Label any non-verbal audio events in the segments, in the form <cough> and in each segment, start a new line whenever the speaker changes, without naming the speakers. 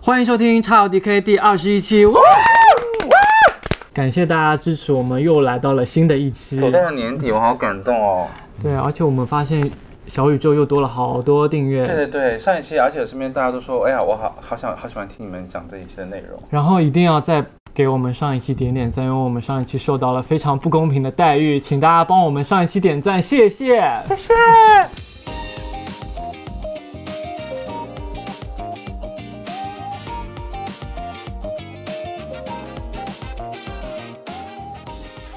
欢迎收听 XLDK 第二十一期。哇感谢大家支持，我们又来到了新的一期。
走到了年底，我好感动哦。
对，而且我们发现小宇宙又多了好多订阅。
对对对，上一期，而且身边大家都说，哎呀，我好好想好喜欢听你们讲这一期的内容。
然后一定要再给我们上一期点点赞，因为我们上一期受到了非常不公平的待遇，请大家帮我们上一期点赞，谢谢。
谢谢。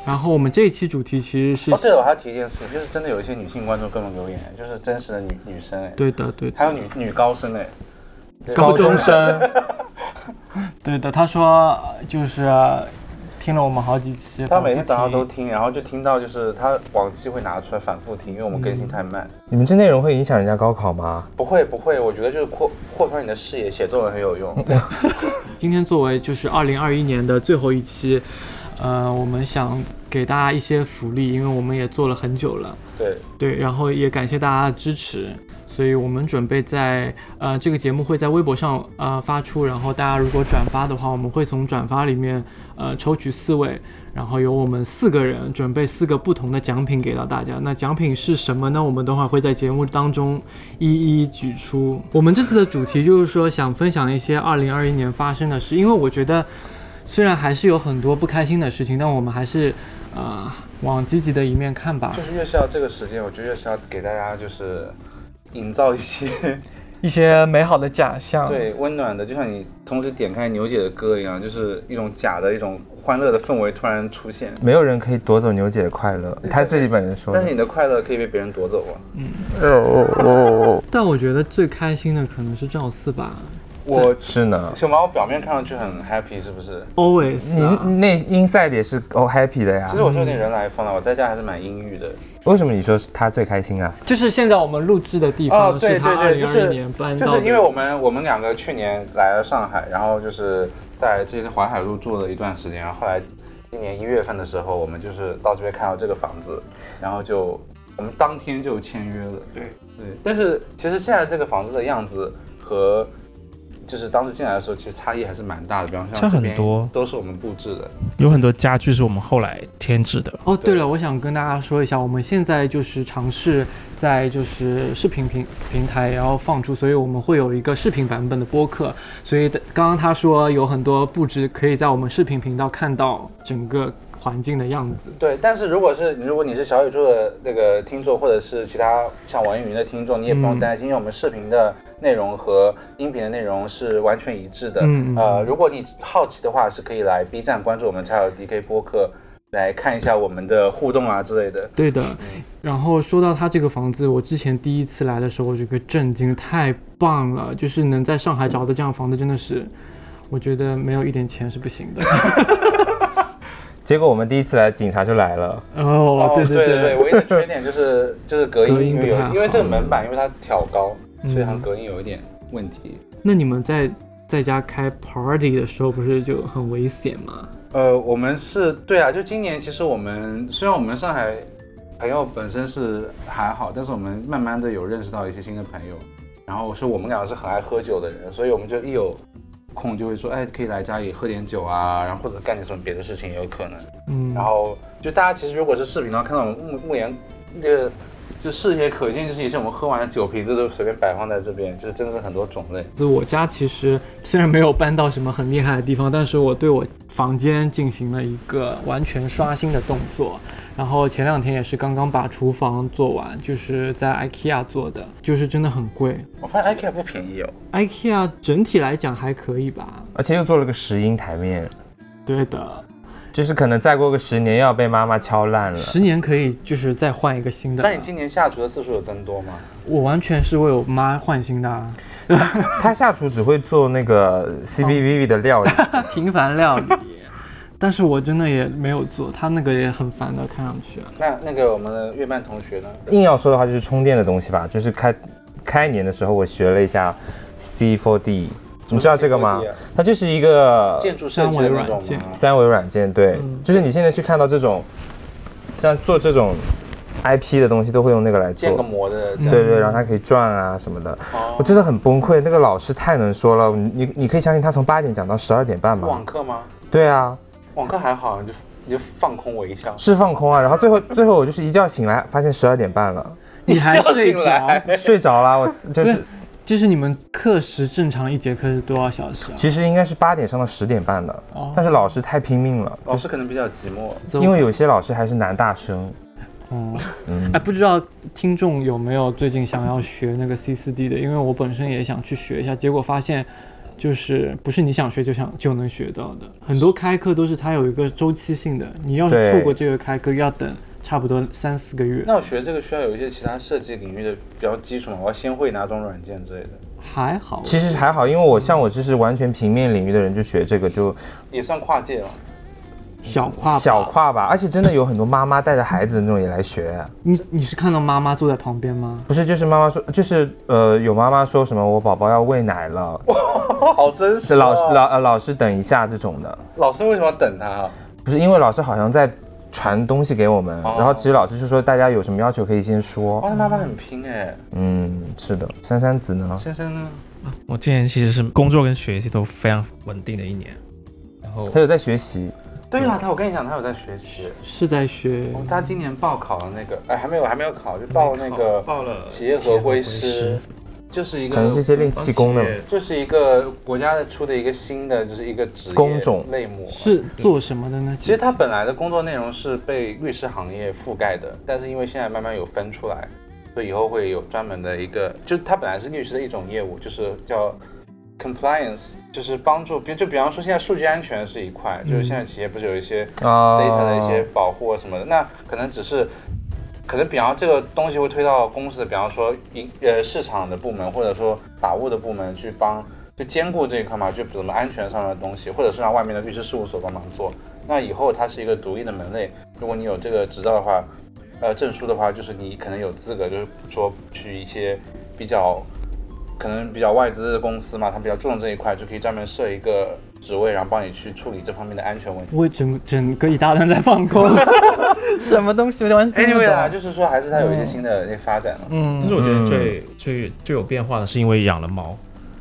然后我们这一期主题其实是
哦，对了，我还要提一件事情，就是真的有一些女性观众给我们留言，就是真实的女女生哎，
对的，对的，
还有女女高生哎，
高中
生，
<laughs> 对的。他说就是听了我们好几期，
她每天早上
反复
都
听
听，然后就听到就是她往期会拿出来反复听，因为我们更新太慢。
你们这内容会影响人家高考吗？
不会不会，我觉得就是扩扩宽你的视野，写作文很有用。
今天作为就是二零二一年的最后一期，呃，我们想给大家一些福利，因为我们也做了很久了，
对，
对，然后也感谢大家的支持，所以我们准备在呃这个节目会在微博上呃发出，然后大家如果转发的话，我们会从转发里面呃抽取四位，然后由我们四个人准备四个不同的奖品给到大家。那奖品是什么呢？我们等会儿会在节目当中一一举出。我们这次的主题就是说想分享一些二零二一年发生的事，因为我觉得虽然还是有很多不开心的事情，但我们还是啊、呃往积极的一面看吧
就。是越是要这个时间，我觉得越是要给大家就是营造一些
一些美好的假象。
对温暖的，就像你同时点开牛姐的歌一样，就是一种假的一种欢乐的氛围突然出现。
没有人可以夺走牛姐的快乐，她自己本人说
但
的
是。你的快乐可以被别人夺走啊吗？
哦
但我觉得最开心的可能是赵四吧
我
是呢，
熊猫表面看上去很 happy，是不是？
，always
你
啊。
内 inside 也是哦 happy 的呀
其。实我是有点人来疯了，我在家还是蛮阴郁的。
为什么你说是她最开心啊？
就是现在我们录制的地方是
哦对
他
对
二
对，
零
就
二一
是
年搬
就
到的，
是因为我们我们两个去年来了上海，然后就是在之前淮海路住了一段时间，然后后来今年一月份的时候，我们就是到这边看到这个房子，然后就我们当天就签约了。对对，但是其实现在这个房子的样子和就是当时进来的时候，其实差异还是蛮大的。比方像
差
这
很
边
多
都是我们布置的，
有很多家具是我们后来添置的。
哦，对
对
了，我想跟大家说一下，我们现在就是尝试在就是视频平平台然后放出，所以我们会有一个视频版本的播客。所以的刚刚他说有很多布置可以在我们视频频道看到整个环境的样子。
对，但是如果是如果你是小宇宙的那个听众，或者是其他像网易云的听众，你也不
嗯
用担心，因为我们视频的内容和音频的内容是完全一致的。
嗯嗯
呃，如果你好奇的话，是可以来 B 站关注我们 XLDK 播客，来看一下我们的互动啊之类的。
对的，然后说到他这个房子，我之前第一次来的时候，我这个震惊，太棒了！就是能在上海找到这样房子，真的是，我觉得没有一点钱是不 <laughs> 行的。
结果我们第一次来，警察就来了。
哦，对
对
对
对，唯一的缺点就是就是隔
隔音
音，因为有
不太好
因为这个门板因为它挑高，
嗯
所以它隔音有一点问题。
那你们在在家开 party 的时候，不是就很危险吗？
呃，我们是对啊，就今年其实我们虽然我们上海朋友本身是还好，但是我们慢慢的有认识到一些新的朋友，然后是我们两个是很爱喝酒的人，所以我们就一有空就会说，哎，可以来家里喝点酒啊，然后或者干点什么别的事情也有可能。
嗯，
然后就大家其实如果是视频的话，看到我们目目前那个就视野可见，就是也是我们喝完的酒瓶子都随便摆放在这边，就是真的是很多种类。
我家其实虽然没有搬到什么很厉害的地方，但是我对我房间进行了一个完全刷新的动作。然后前两天也是刚刚把厨房做完，就是在 IKEA 做的，就是真的很贵。
我发现 IKEA 不便宜哦，
IKEA 整体来讲还可以吧？
而且又做了个石英台面，
对啊的，
就是可能再过个十年又要被妈妈敲烂了。
十年可以就是再换一个新的
那
了。
你今年下厨的次数有增多吗？
我完全是为我妈换新的、啊，
她下厨只会做那个 C B V V 的料 <laughs> 理，
<laughs> 平凡料理。 <laughs> 但是我真的也没有做，她那个也很烦的，看上去。啊
那那个我们的月半同学呢？
硬要说的话就是充电的东西吧，就是开开年的时候我学了一下 C4D，你知道这个吗
C4D 啊？
它就是一个
建筑设计的那种
三维软
吗？
三维软件，对，就是你现在去看到这种像做这种 IP 的东西都会用那个来做
建个。模的这样，
对对，然后它可以转啊什么的，
哦
我真的很崩溃。那个老师太能说了，你你你可以相信他从八点讲到十二点半吗？
网课吗？
对啊，
网课还好，你就你就放空微笑，
是放空啊。然后最后最后我就是一觉醒来，发现十二点
<laughs>
半了，
你还
笑
睡
醒
着？
来，
睡着啦。我就
不
是
是就是你们课时正常一节课是多少小时啊？
其实应该是八点上到十点半的，
哦
但是老师太拼命了，
老师哦可能比较寂寞，
走
因为有些老师还是男大生。
嗯，
嗯
哎，，不知道听众有没有最近想要学那个 C 四 D 的？因为我本身也想去学一下，结果发现就是不是你想学就想就能学到的。很多开课都是它有一个周期性的，你要是
对
错过这个开课，要等差不多三四个月。
那我学这个需要有一些其他设计领域的比较基础吗？我要先会哪种软件之类的，
还好，
其实还好，因为我像我就是完全平面领域的人，就学这个就
也算跨界了。
小跨吧
小，跨吧。而且真的有很多妈妈带着孩子的那种也来学，
你你是看到妈妈坐在旁边吗？
不是就是妈妈说，就是呃有妈妈说什么我宝宝要喂奶了，
哦， <laughs> 好真实、
是
哦。
老师老呃老师等一下这种的，
老师为什么要等他啊？
不是因为老师好像在传东西给我们，
哦
然后其实老师就说大家有什么要求可以先说
哇，。他妈妈很拼哎。
嗯，是的，珊珊子呢？
珊珊呢？
我今年其实是工作跟学习都非常稳定的一年，然后
她有在学习，
对啊，他我跟你讲，他有在学习。
是在学
我们他今年报考了那个，哎，还没有，还没有考，就报那个
报了
企业合规师，就是一
可能是一
个
些练气功的
而且
就是一个国家的出的一个新的就是一个职业
工种
类目。
是做什么的呢？
其实他本来的工作内容是被律师行业覆盖的，但是因为现在慢慢有分出来，所以以后会有专门的一个，就是他本来是律师的一种业务，就是叫 compliance，就是帮助，比就比方说现在数据安全是一块，就是现在企业不是有一些
啊
data 的一些保护啊什么的，那可能只是。可能比方这个东西会推到公司的，比方说营呃市场的部门，或者说法务的部门去帮，就兼顾这一块嘛，就怎么安全上面的东西，或者是让外面的律师事务所帮忙做。那以后它是一个独立的门类，如果你有这个执照的话，呃证书的话，就是你可能有资格，就是说去一些比较可能比较外资的公司嘛，他比较注重这一块，就可以专门设一个职位，然后帮你去处理这方面的安全问题。
我整整个一大段在放空，什么东西我完全听不
Anyway
懂
啦，就是说还是它有一些新的那个发展了。
<laughs>
但
嗯
是，我觉得最、最最有变化的是因为养了猫，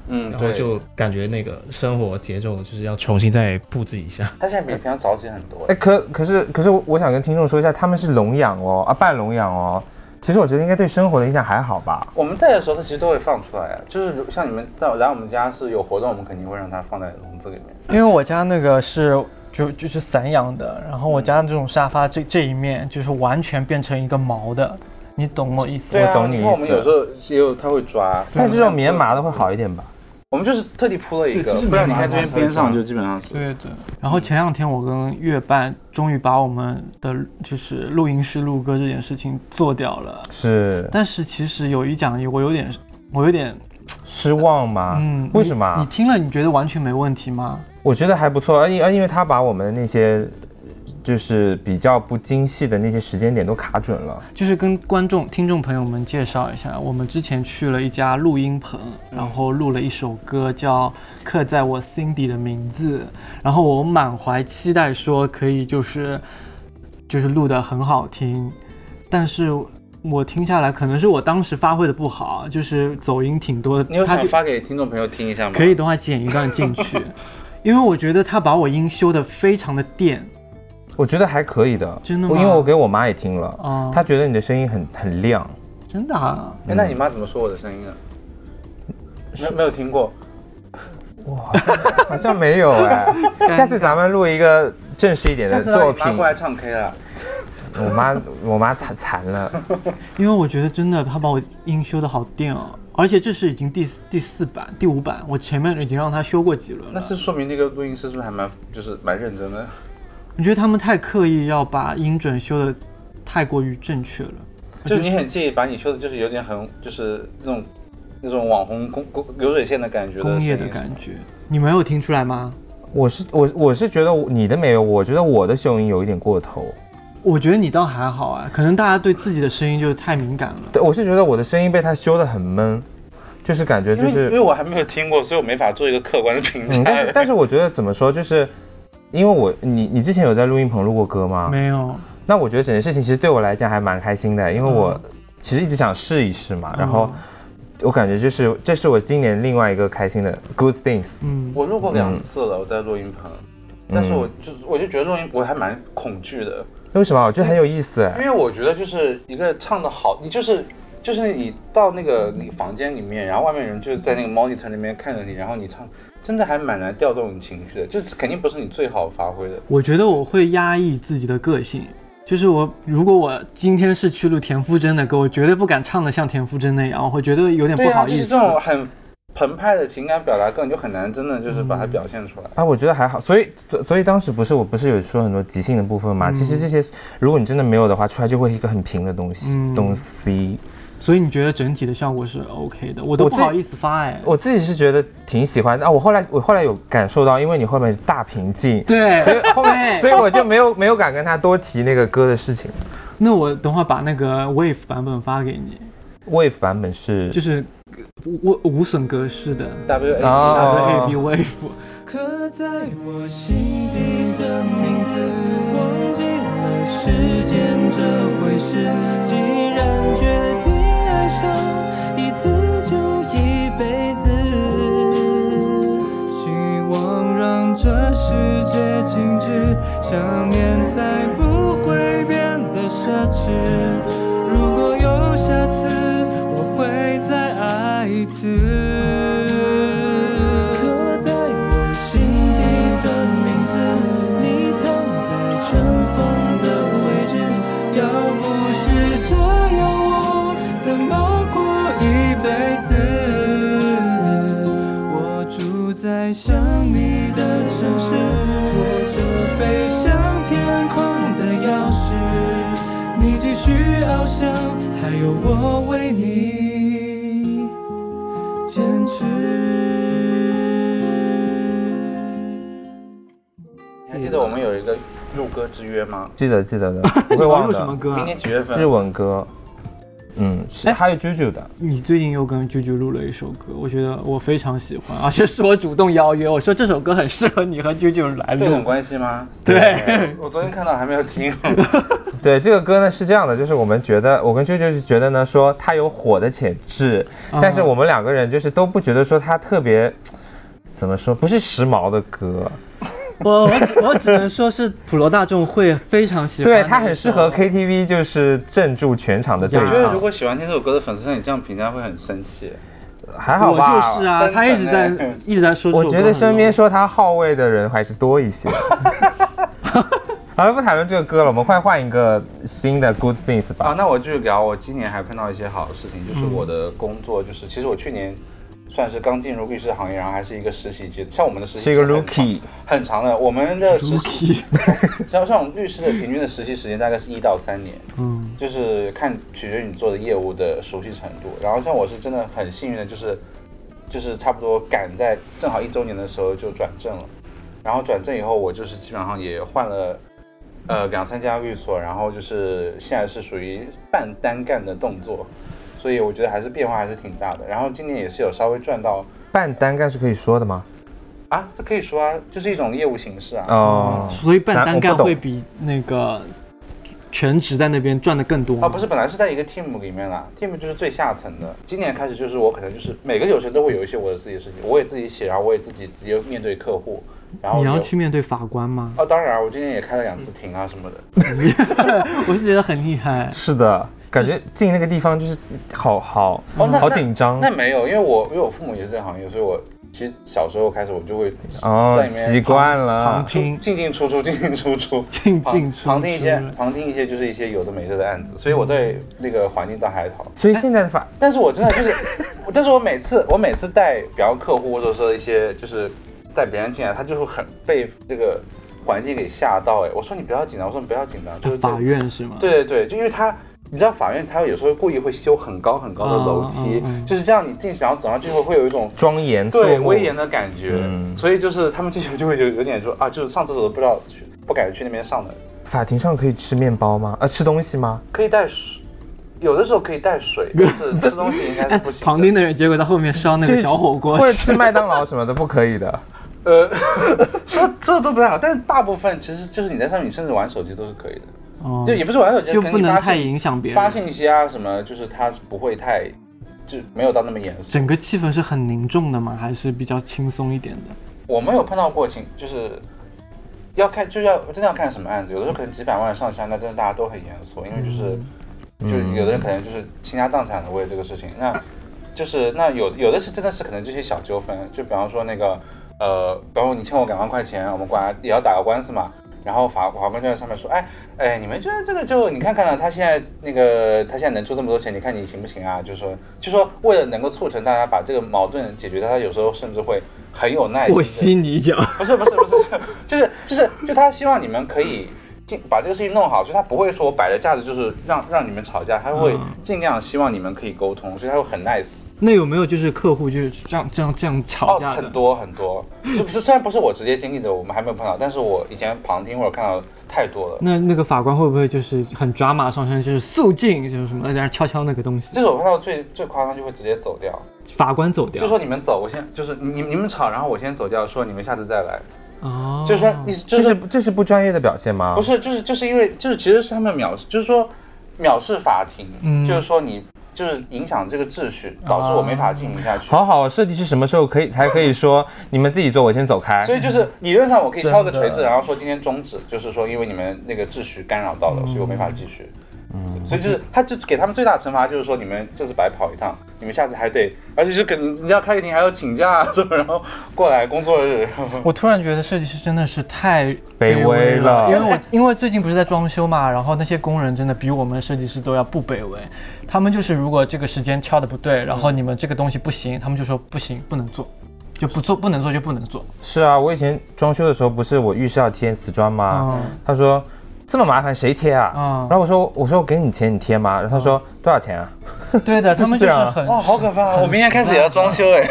嗯，
然后
对，
就感觉那个生活节奏就是要重新再布置一下。
它现在比平常早起很多。
哎，可可是可是我我想跟听众说一下，他们是笼养哦，啊半笼养哦。其实我觉得应该对生活的影响还好吧。
我们在的时候，它其实都会放出来，啊就是如像你们到来我们家是有活动，我们肯定会让它放在笼子里面。
因为我家那个是就就是散养的，然后我
嗯
家这种沙发这这一面就是完全变成一个毛的，你懂我意思
对
吗？
啊，
懂你意思
因为我们有时候也有它会抓，嗯
但是这种棉麻的会好一点吧？
我们就是特地铺了一个，
对其实
不然你
棉麻
看这边边上就基本上是。
对对，
然后前两天我跟月半终于把我们的就是录音室录歌这件事情做掉了，
是
但是其实有一讲一，我有点，我有点，
失望吗？
嗯，
为什么
你？你
啊？
听了你觉得完全没问题吗？
我觉得还不错，而因而因为他把我们那些就是比较不精细的那些时间点都卡准了。
就是跟观众、听众朋友们介绍一下，我们之前去了一家录音棚，然后录了一首歌叫《刻在我心底的名字》，然后我满怀期待说可以就是就是录得很好听，但是我听下来可能是我当时发挥的不好，就是走音挺多
你有
的，他
想
就
发给听众朋友听一下吗？
可以。的话剪一段进去，因为我觉得他把我音修得非常的电
我觉得还可以的，
真的
我
吗
因为我给我妈也听
哦
了，
啊，
她觉得你的声音很很
<laughs>
亮，
真的啊，
哎，那你妈怎么说我的声音啊？没没有听过，
好像没有哎。下次咱们录一个正式一点
下
的
次让
作
你妈
品
过。来唱 K 啊了。
我妈我妈惨惨了。
因为我觉得真的他把我音修的好电哦，而且这是已经第四第四版、第五版，我前面已经让他修过几轮
那
了。
是说明那个录音师是不是还蛮就是蛮认真的？
你觉得他们太刻意要把音准修的太过于正确了？
就是你很介意把你修的，就是有点很就是那种那种网红工工流水线的感觉的
工业
声
的
音
感觉，你没有听出来吗？
我是我我是觉得我你的没有，我觉得我的修音有一点过头。
我觉得你倒还好啊，可能大家对自己的声音就是太敏感了。
对，我是觉得我的声音被他修得很闷，就是感觉
因
就
为因为
是，
我还没有听过，所以我没法做一个客观的评价。
<laughs>
嗯，但是
啊
但是我觉得怎么说，就是因为我你你之前有在录音棚录过歌吗？
没有，
那我觉得整件事情其实对我来讲还蛮开心的，因为我
嗯
其实一直想试一试嘛，然后我感觉就是这是我今年另外一个开心的 good things。
嗯，
<laughs> 我录过两次了，我在录音棚，但是我就我就觉得录音我还蛮恐惧的，
为什么？我觉得很有意思。哎
因为我觉得就是一个唱的好，你就是就是你到那个你房间里面，然后外面人就是在那个 monitor 里面看着你，然后你唱，真的还蛮难调动你情绪的，就肯定不是你最好发挥的。
我觉得我会压抑自己的个性，就是我如果我今天是去录田馥甄的歌，我绝对不敢唱的像田馥甄那样，我会觉得有点
对
不
啊，
好
就
意
是
思。
这种很澎湃的情感表达，根本就很难真的就是把
嗯
它表现出来。
啊，我觉得还好，所以所以当时不是我不是有说很多即兴的部分嘛？
嗯
其实这些如果你真的没有的话，出来就会一个很平的东西、
嗯
东西。
所以你觉得整体的效果是 OK 的？我都
我
不
自己
好意思发哎。
我自己是觉得挺喜欢的啊。我后来我后来有感受到，因为你后面大平静，
对，
所以后
对
面所以我就没有没有敢跟他多提那个歌的事情。
<laughs> 那我等会儿把那个 Wave 版本发给你，
Wave 版本是
就是无无无损格式的
W A V I
哦
那个 A B Wave。
刻在我心底的名字，忘记了时间这回事。既然决定爱上，一次就一辈子。希望让这世界静止，想念才不会变得奢侈。如果有下次，我会再爱一次。刻在我心底的名字，你藏在尘封的位置。要不是这样，我怎么过一辈子？我住在想你的城市，握着飞向天空的钥匙，你继续翱翔，还有我为你坚持。
你还记得我们有一个录歌之约吗？
记得记得的，
<laughs>
不会
你玩
忘
过什么
的。
歌
明
啊？
年几月份
日？文歌，嗯，是
哎
还有 JoJo 的，
你最近又跟啾啾录了一首歌，我觉得我非常喜欢，而且是我主动邀约，我说这首歌很适合你和啾啾来
对等
录。
关系吗？
对，
<laughs> 我昨天看到还没
<laughs>
有听。
对这个歌呢是这样的，就是我们觉得我跟 JoJo 就觉得呢说它有火的潜质，
嗯
但是我们两个人就是都不觉得说它特别。怎么说？不是时髦的歌，
<laughs> 我我只我只能说是普罗大众会非常喜欢的一
对
首，
它很适合 KTV，就是镇住全场的对
我觉得
唱
如。果喜欢听这首歌的粉丝，像你这样评价会很生气。
还好
我
吧？
就是啊，他一直在
单纯哎
一直在说这首
我
歌
觉
很 low。
得身边说它号位的人还是多一些。好了，不谈论这个歌了，我们快换一个新的 Good Things 吧。
啊，那我继续聊。我今年还碰到一些好的事情，
嗯
就是我的工作，就是其实我去年算是刚进入律师行业，然后还是一个实习阶，像我们的实习
是一个
很长
rookie，
很长的。我们的实习，
Rookie
像像我们律师的平均的实习时间大概是一到三年，
嗯
就是看取决于你做的业务的熟悉程度。然后像我是真的很幸运的，就是就是差不多赶在正好一周年的时候就转正了。然后转正以后，我就是基本上也换了呃两三家律所，然后就是现在是属于半单干的动作，所以我觉得还是变化还是挺大的。然后今年也是有稍微赚到
半单干是可以说的吗？
啊，这可以说啊，就是一种业务形式啊。
哦，
所以半
咱
单
我不
干
懂
会比那个全职在那边赚的更多
啊，不是，本来是在一个 team 里面啦，team 就是最下层的。今年开始就是我可能就是每个流程都会有一些我的自己的事情，我也自己写，然后我也自己直接面对客户，然后
你要
有
去面对法官吗？ <laughs>
哦，当然啊，我今年也开了两次庭啊什么的。
我是觉得很厉害。
啊
是的，感觉进那个地方就是好好
哦，那
好紧张
那。那没有，因为我因为我父母也是这个行业，所以我其实小时候开始我就会在
哦，
里面
习惯
旁
了。
听
进进出出，进进
<laughs>
出出。
进
旁
进出
旁听一些
出，
旁听一些就是一些有的没的的案子，所以我对那个环境倒还好。
所以现在的法，
但是我真的就是， <laughs> 我但是我每次我每次带，比方客户或者说一些就是带别人进来，他就是很被这个环境给吓到。哎，我说你不要紧张，我说你不要紧张，就是这
法院是吗？
对对对，就因为他。你知道法院，他有时候故意会修很高很高的楼梯，
嗯嗯嗯
就是这样，你进去然后走上去会会有一种
庄严肃
对
穆
威严的感觉，
嗯
所以就是他们进去就会有有点说啊，就是上厕所都不知道去，不敢去那边上的，
法庭上可以吃面包吗？呃，吃东西吗？
可以带水，有的时候可以带水，但是吃东西应该是
哎
不行的。
旁听的人结果在后面烧那
就
个
是
小火锅
或，者吃麦当劳什么的不可以的。
呃，说这都不太好，但是大部分其实就是你在上面，你甚至玩手机都是可以的。
<laughs> 哦，
就也不是玩手机，
就
可
不
你
能
发
太
信
影响别人，
发信息啊什么，就是它是不会太就没有到那么严肃。
整个气氛是很凝重的吗？还是比较轻松一点的？
我们有碰到过情，就是要看就要真的要看什么案子，有的时候可能几百万上下，那真的大家都很严肃，因为就是、就有的人可能就是倾家荡产的为了这个事情，那就是那有有的是真的是可能这些小纠纷，就比方说那个呃，比方说你欠我两万块钱，啊我们管也要打个官司嘛。然后法法官就在上面说，哎哎，你们觉得这个就你看看啊，他现在那个他现在能出这么多钱，你看你行不行啊？就说就说为了能够促成大家把这个矛盾解决掉，他有时候甚至会很有耐
<laughs>
心地。
和稀泥脚，
不是不是不是，就是就是就他希望你们可以尽把这个事情弄好，所以他不会说摆着架子就是让让你们吵架，他会
嗯
尽量希望你们可以沟通，所以他会很 nice。
那有没有就是客户就是这样这样这样吵
哦，
架的？
很多很多，就不是虽然不是我直接经历的，我们还没有碰到，但是我以前旁听或者看到太多了。
那那个法官会不会就是很抓马上身，就是肃静，就是什么在那敲敲那个东西
这，是我看到最最夸张，就会直接走掉，
法官走掉
就？说你们走，我先就是你你你们吵，然后我先走掉，说你们下次再来，
哦，
就是说你 <laughs> 就
这
是
是这是不专业的表现吗？
不，是，就是就是因为就是其实是他们藐视，就是说藐视法庭，
嗯
就是说你就是影响这个秩序，导致我没法进行下去。
好好，设计师什么时候可以才可以说你们自己做，我先走开
所？以就是理论上我可以敲个锤
真
子，
的
然后说今天终止，就是说因为你们那个秩序干扰到了，所以我没法继续。嗯，所以就是他就给他们最大惩罚就是说你们这次白跑一趟，你们下次还得，而且就可能你要开个庭还要请假 <laughs> 什么，然后过来工作日。
我突然觉得设计师真的是太
卑微了
因为我因为最近不是在装修嘛，然后那些工人真的比我们设计师都要不卑微，他们就是如果这个时间敲的不对，然后你们这个东西不行，他们就说不行，不能做，就不做，不能做就不能做。
是啊，我以前装修的时候不是我浴室要贴瓷砖
啊
吗？
嗯
他说这么麻烦谁贴啊？
嗯
然后我说我说我给你钱你贴吗？然后他说多少钱啊？
对的，他们就是
这样啊
哎很
哇，好可怕！我明天开始也要装修哎。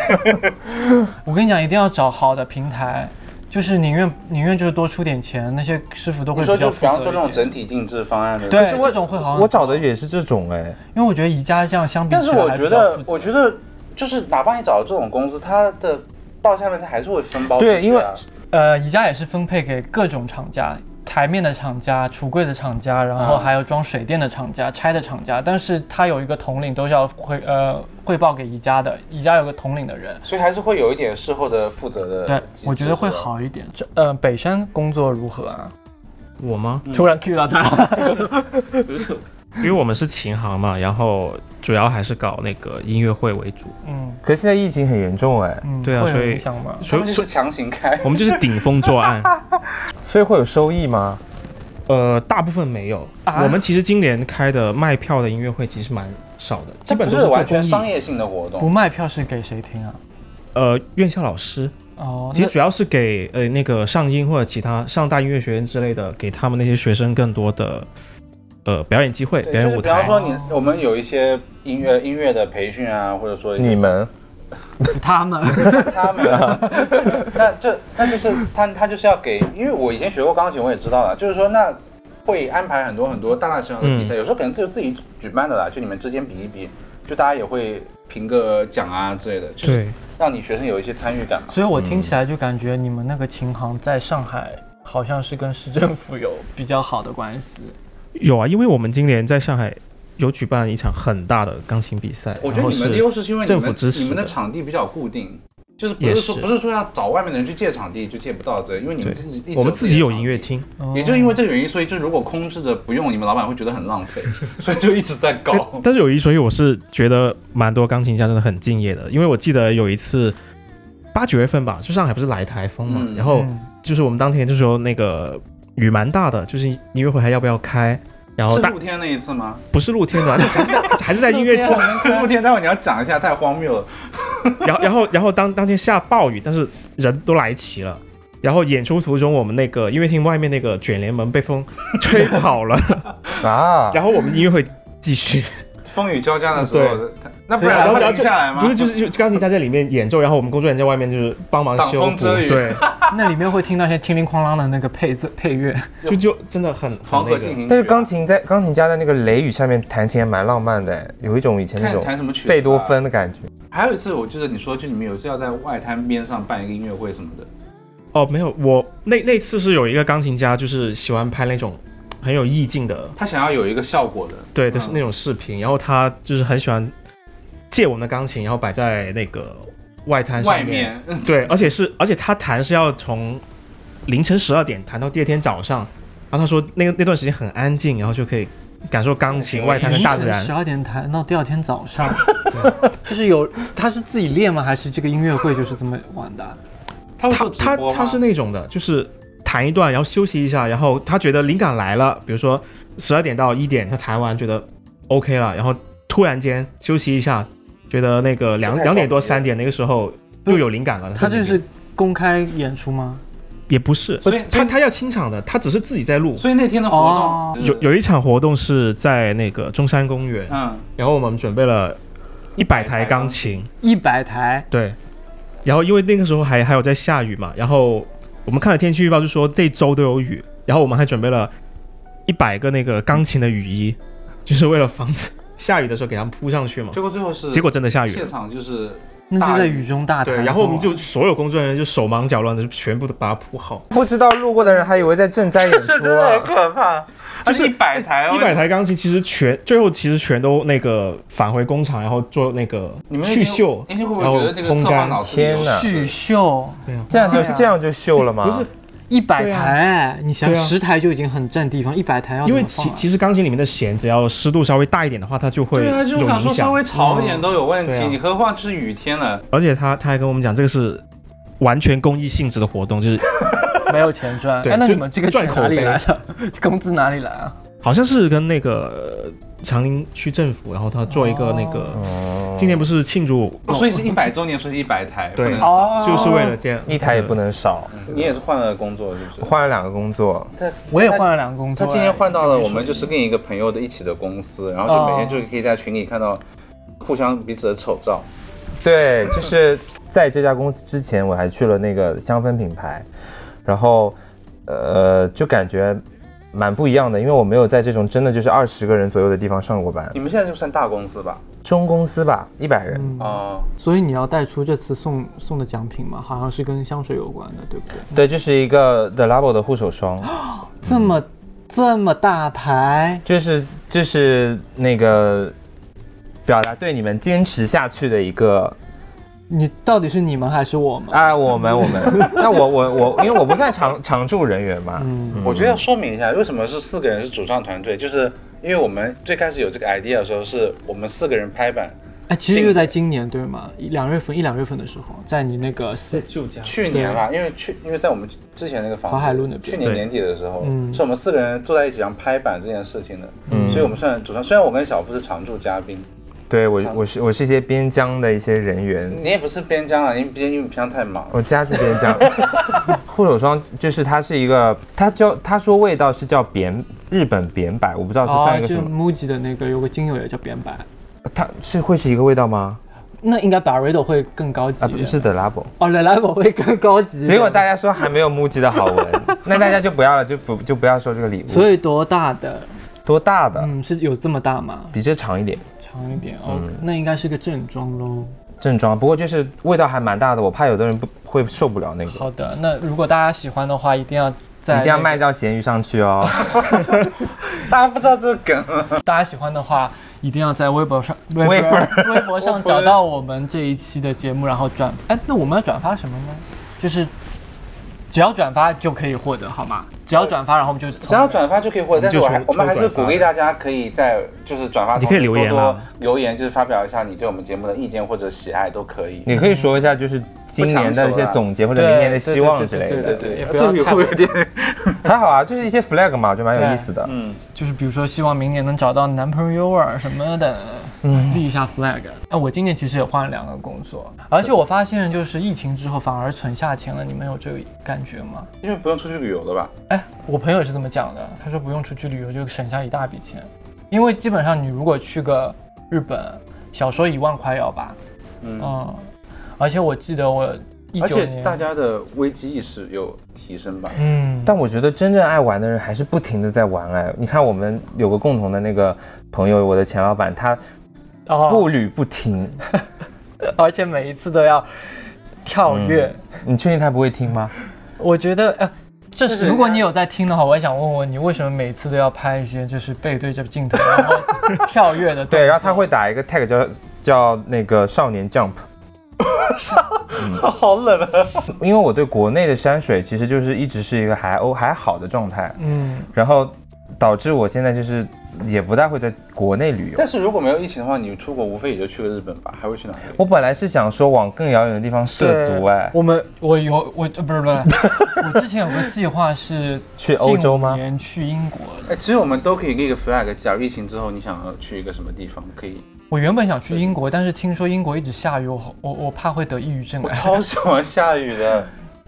我跟你讲，一定要找好的平台，就是宁愿宁愿就是多出点钱，那些师傅都
你
会
说
比
就
较
比
负
方说
责
那种
一点。
整体定制方案的，
对，这种会
啊
好很多。
我找的也是这种哎，
因为我觉得宜家这样相比
但
起
是
来
我
还
觉
比较负，
得
责
我觉得就是哪怕你找到这种公司，它的到下面它还是会分包出去啊。
对因为
呃，宜家也是分配给各种厂家，台面的厂家、橱柜的厂家，然后
啊
还有装水电的厂家、拆的厂家，但是它有一个统领都是要汇呃汇报给宜家的，宜家有个统领的人。
所以还是会有一点事后的负责的
对
机，制。
我觉得会
是吧。
好一点。这呃，北山工作如何啊？
我吗？
突然 Q 到他，
因为我们是琴行嘛，然后主要还是搞那个音乐会为主，
嗯
可是现在疫情很严重哎，
嗯，
对啊
会有
所以
影响吗？
他
所
们
以
就
所
是
以
强行开，
我们就是顶风作案。
<laughs>
所以会有收益吗？
呃，大部分没有。
啊
我们其实今年开的卖票的音乐会其实蛮少的，基
这
本
不
都
是
做
完全
公益
商业性的活
不
动。
卖票是给谁听啊？
呃，院校老师
哦，
其实主要是给呃那个上音或者其他上大音乐学院之类的，给他们那些学生更多的呃表演机会、表
对，就
演
是
舞
比方
台。啊
说你，我们有一些音乐音乐的培训啊，或者说
你们
他们
他们，啊 <laughs> 那这那就是他他就是要给，因为我以前学过钢琴，我也知道了，就是说那会安排很多很多大大小小的比
嗯
赛，有时候可能就自己举办的啦，就你们之间比一比，就大家也会评个奖啊之类的，就是
对，
让你学生有一些参与感嘛。
所以我听起来就感觉你们那个琴行在上海好像是跟市政府有比较好的关系。
有啊，因为我们今年在上海有举办一场很大的钢琴比赛，
我觉得你们的
然后
优
是
势是因为你
政府
们
支持
你们的场地比较固定，就是不
也
是
是
说不是说要找外面的人去借场地就借不到这，因为你们自己一直
我们自己有
的场地
音乐。厅，
哦
也就是因为这个原因，所以就如果空置的不用，你们老板会觉得很浪
<laughs>
费，所以就一直在
但
搞。
但是有一说一，我是觉得蛮多钢琴家真的很敬业的，因为我记得有一次八九月份吧，就上海不是来台风嘛，
嗯
然后
嗯
就是我们当天就说那个雨蛮大的，就是音乐会还要不要开？然后
是
大
露天那一次吗？
不是露天
<laughs>
的，就还是在还是在音乐厅。
露天，待会你要讲一下，太荒谬了。
然后然后然后当当天下暴雨，但是人都来齐了。然后演出途中，我们那个音乐厅外面那个卷帘门被风吹跑
<laughs>
了，
啊，
然后我们音乐会继续，
风雨交加的时候
对，
他那不然
所以
他停下来吗？
不是就是就是钢琴家在里面演奏，然后我们工作人员在外面就是帮忙
挡
修
风
补，
遮雨
对，
那里面会听到一些叮铃哐啷的那个配子配乐，
就就真的很
黄
很
河
那
进行
个。
曲啊。
但是钢琴在钢琴家在那个雷雨下面弹琴还蛮浪漫的哎，有一种以前那
看
种
弹什么曲子啊
贝多芬的感觉。
还有一次，我记得你说，就你们有一次要在外滩边上办一个音乐会什么的，
哦，没有，我那那次是有一个钢琴家，就是喜欢拍那种很有意境的，
他想要有一个效果的，
对的是
嗯
那种视频。然后他就是很喜欢借我们的钢琴，然后摆在那个外滩上
外面
对，而且是而且他弹是要从凌晨十二点弹到第二天早上，然后他说那个那段时间很安静，然后就可以感受钢琴、外滩和大自然
十。二点弹到第二天早上， <laughs> 就是有他是自己练吗？还是这个音乐会就是这么玩的啊？
他会
他
做直
他
播吗
他是那种的，就是弹一段，然后休息一下，然后他觉得灵感来了，比如说十二点到一点，他弹完觉得 OK 了，然后突然间休息一下，觉得那个两
这太
两点多
放飞了
三点那个时候又有灵感了，
他就
就觉
是
得
公开演出吗？
也不是，
所以
他他要清场的，他只是自己在录。
所以那天的活
哦
动
有有一场活动是在那个中山公园，
嗯，
然后我们准备了一百台
100台钢
钢琴，
一百台，
对，然后因为那个时候还还有在下雨嘛，然后我们看了天气预报就说这周都有雨，然后我们还准备了一百个那个钢琴的雨衣，就是为了防止下雨的时候给他们铺上去嘛。
结果最后是
结果真的下雨
现
了，
场就是
那
大
就在
雨
雨中大弹
对，
奏啊。
然后我们就所有工作人员就手忙脚乱的，就全部都把它铺好。
不知道路过的人还以为在赈灾演出啊。
可怕，就是一百台哦
一百台钢琴其实全最后其实全都那个返回工厂，然后做那个
你们那
去
天
锈，
那天会不会
然后
觉得这个
烘
策划
干
脑子里有
天哪
曲
事
秀
这样就是
对啊
这样就秀了吗？
哦不是
一百
对啊
台，你想
对啊
十台就已经很占地方，一百台要
因
怎
为
么
其
放啊？
其实钢琴里面的弦，只要湿度稍微大一点的话，它就会
对啊，就
有
想
影
说稍
响。
微潮一点都有问题，
对啊
你何况是雨天呢？
而且他他还跟我们讲，这个是完全公益性质的活动，就是
没有钱赚。
对
哎，那
就
你们这个
赚
钱
口
哪里
碑
来的？ <laughs> 工资哪里来啊？
好像是跟那个呃长宁区政府，然后他做一个那个，
哦
今年不是庆祝，
所以是一百周年，所以一百台，不
对
能少。
就是为了这样，
一台也不能少。
哦
嗯
你也是换了工作，是不是？
我换了两个工作，
我也换了两个工作
他
哎。
今天换到了我们就是跟一个朋友的一起的公司，然后就每天就可以在群里看到互相彼此的丑照。
对，就是在这家公司之前，我还去了那个香氛品牌，然后呃，就感觉蛮不一样的，因为我没有在这种真的就是二十个人左右的地方上过班
你，们现在就算大公司吧？
中公司吧，一百人。
嗯
哦，
所以你要带出这次送送的奖品嘛，好像是跟香水有关的，对不对？
对，就是一个 The Labo 的护手霜，
<laughs>
这
嗯
么这么大牌，
就是就是那个表达对你们坚持下去的一个
你到底是你们还是我们？
<laughs> 啊，我们我们，那我我我，因为我不算常常驻人员嘛，
嗯
我觉得要说明一下，为什么是四个人是主创团队，就是因为我们最开始有这个 idea 的时候，是我们四个人拍板，
哎，其实
定
就在今年对吗？一两月份一两月份的时候，在你那个四
旧家
去年啊啦，因为去因为在我们之前那个房子
淮海路那边
去年年底的时候，
嗯
是我们四个人坐在一起想拍板这件事情的，
嗯
所以我们算主创。虽然我跟小付是常驻嘉宾，
对我我是我是一些边疆的一些人员，
你也不是边疆啊，因为边因为平常太忙了。
我家住边疆， <laughs> 护手霜就是它是一个，它叫它说味道是叫扁日本扁柏，我不知道是
哦
算一，个
就
什么，
MUJI 的那个有个精油也叫扁白，
它是会是一个味道吗？
那应该 Barredo 会更高级
啊，
一
不
点。
是的 labo。
哦，Le l a b o 会更高级一点。
结果大家说还没有木吉的好闻，那大家就不要了，就不就不要收这个礼物。
所以多大的？
多大的？
嗯，是有这么大吗？
比这长一点，
长一点哦，
嗯
那应该是个正装喽。
正装。不过就是味道还蛮大的，我怕有的人不会受不了那个。
好的，那如果大家喜欢的话，一定要在
一定要
那个
卖到咸鱼上去哦。
大家不知道这个梗，
大家喜欢的话，一定要在微博上、微
微博 <laughs>
微博上找到我们这一期的节目，然后转。哎，那我们要转发什么呢？就是只要转发就可以获得，好吗？只要转发，然后我们就
只要转发就可以获得。但是我还
就
我
抽
们还是
抽转发
鼓励大家可以在就是转发，
你可以留言
多多
啊
留言，就是发表一下你对我们节目的意见或者喜爱都可以。
你可以说一下，就是今年的一些总结或者
对
明年的希望
对
之
对
类
对对
的，
对对，也不
这个
要
也
太
会有点，
还好啊，就是一些 flag 嘛，就蛮有意思的。
嗯，
就是比如说希望明年能找到男朋友啊什么的，立一下 flag。那我今年其实也换了两个工作，而且我发现就是疫情之后反而存下钱了，你们有这个感觉吗？
因为不用出去旅游了吧？
哎，我朋友也是这么讲的，他说不用出去旅游就省下一大笔钱，因为基本上你如果去个日本，少说一万块要吧，
嗯
嗯，而且我记得我一
而
九
且大
年，
家的危机意识有提升吧？
嗯，
但我觉得真正爱玩的人还是不停的在玩哎。你看我们有个共同的那个朋友，我的前老板，他步
哦，
履
<laughs>
不停。
而且每一次都要跳跃，
你确定他不会听吗？
我觉得哎。这是如果你有在听的话，我也想问问你，为什么每次都要拍一些就是背对着镜头，然后跳跃
<laughs>
的？
对，然后他会打一个 tag 叫叫那个少年 jump。
好冷啊！
因为我对国内的山水其实就是一直是一个还哦还好的状态，
嗯，
然后导致我现在就是也不大会在国内旅游
但。是如果没有疫情的话，你出国无非也就去个日本吧，还会去哪里？
我本来是想说往更遥远的地方涉足，哎，
我们我有我呃不是不是，我之前有个计划是
<laughs> 去欧洲吗
近五年去英国，
哎，其实我们都可以立个 flag，假如疫情之后你想要去一个什么地方，可以。
我原本想去英国，但是听说英国一直下雨，我好我我怕会得抑郁症
<laughs> 我
哎。
超喜欢下雨的，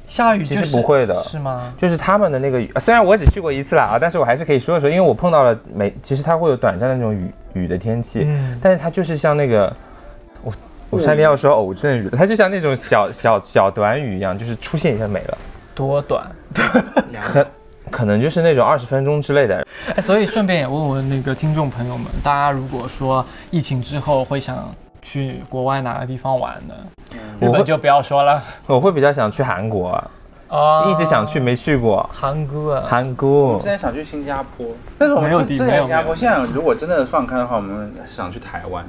下雨就
其
是
实不会的
是吗？
就是他们的那个雨，呃虽然我只去过一次啦啊，但是我还是可以说一说，因为我碰到了每其实它会有短暂的那种雨雨的天气，
嗯，
但是它就是像那个我我差点要说偶阵雨，它就像那种小小小短雨一样，就是出现一下没了，
多短。
可可能就是那种二十分钟之类的。
哎，所以顺便也问问那个听众朋友们，大家如果说疫情之后会想去国外哪个地方玩呢？
嗯
日
我
本
会
就不要说了，
我会比较想去韩国啊，
哦
一直
啊
想去没去过。
韩国啊，
韩国
之，前想去新加坡，但是我们
没有
之
底
之
没
前
有
新加坡，
没有
现在如果真的放开的话，我们想去台湾。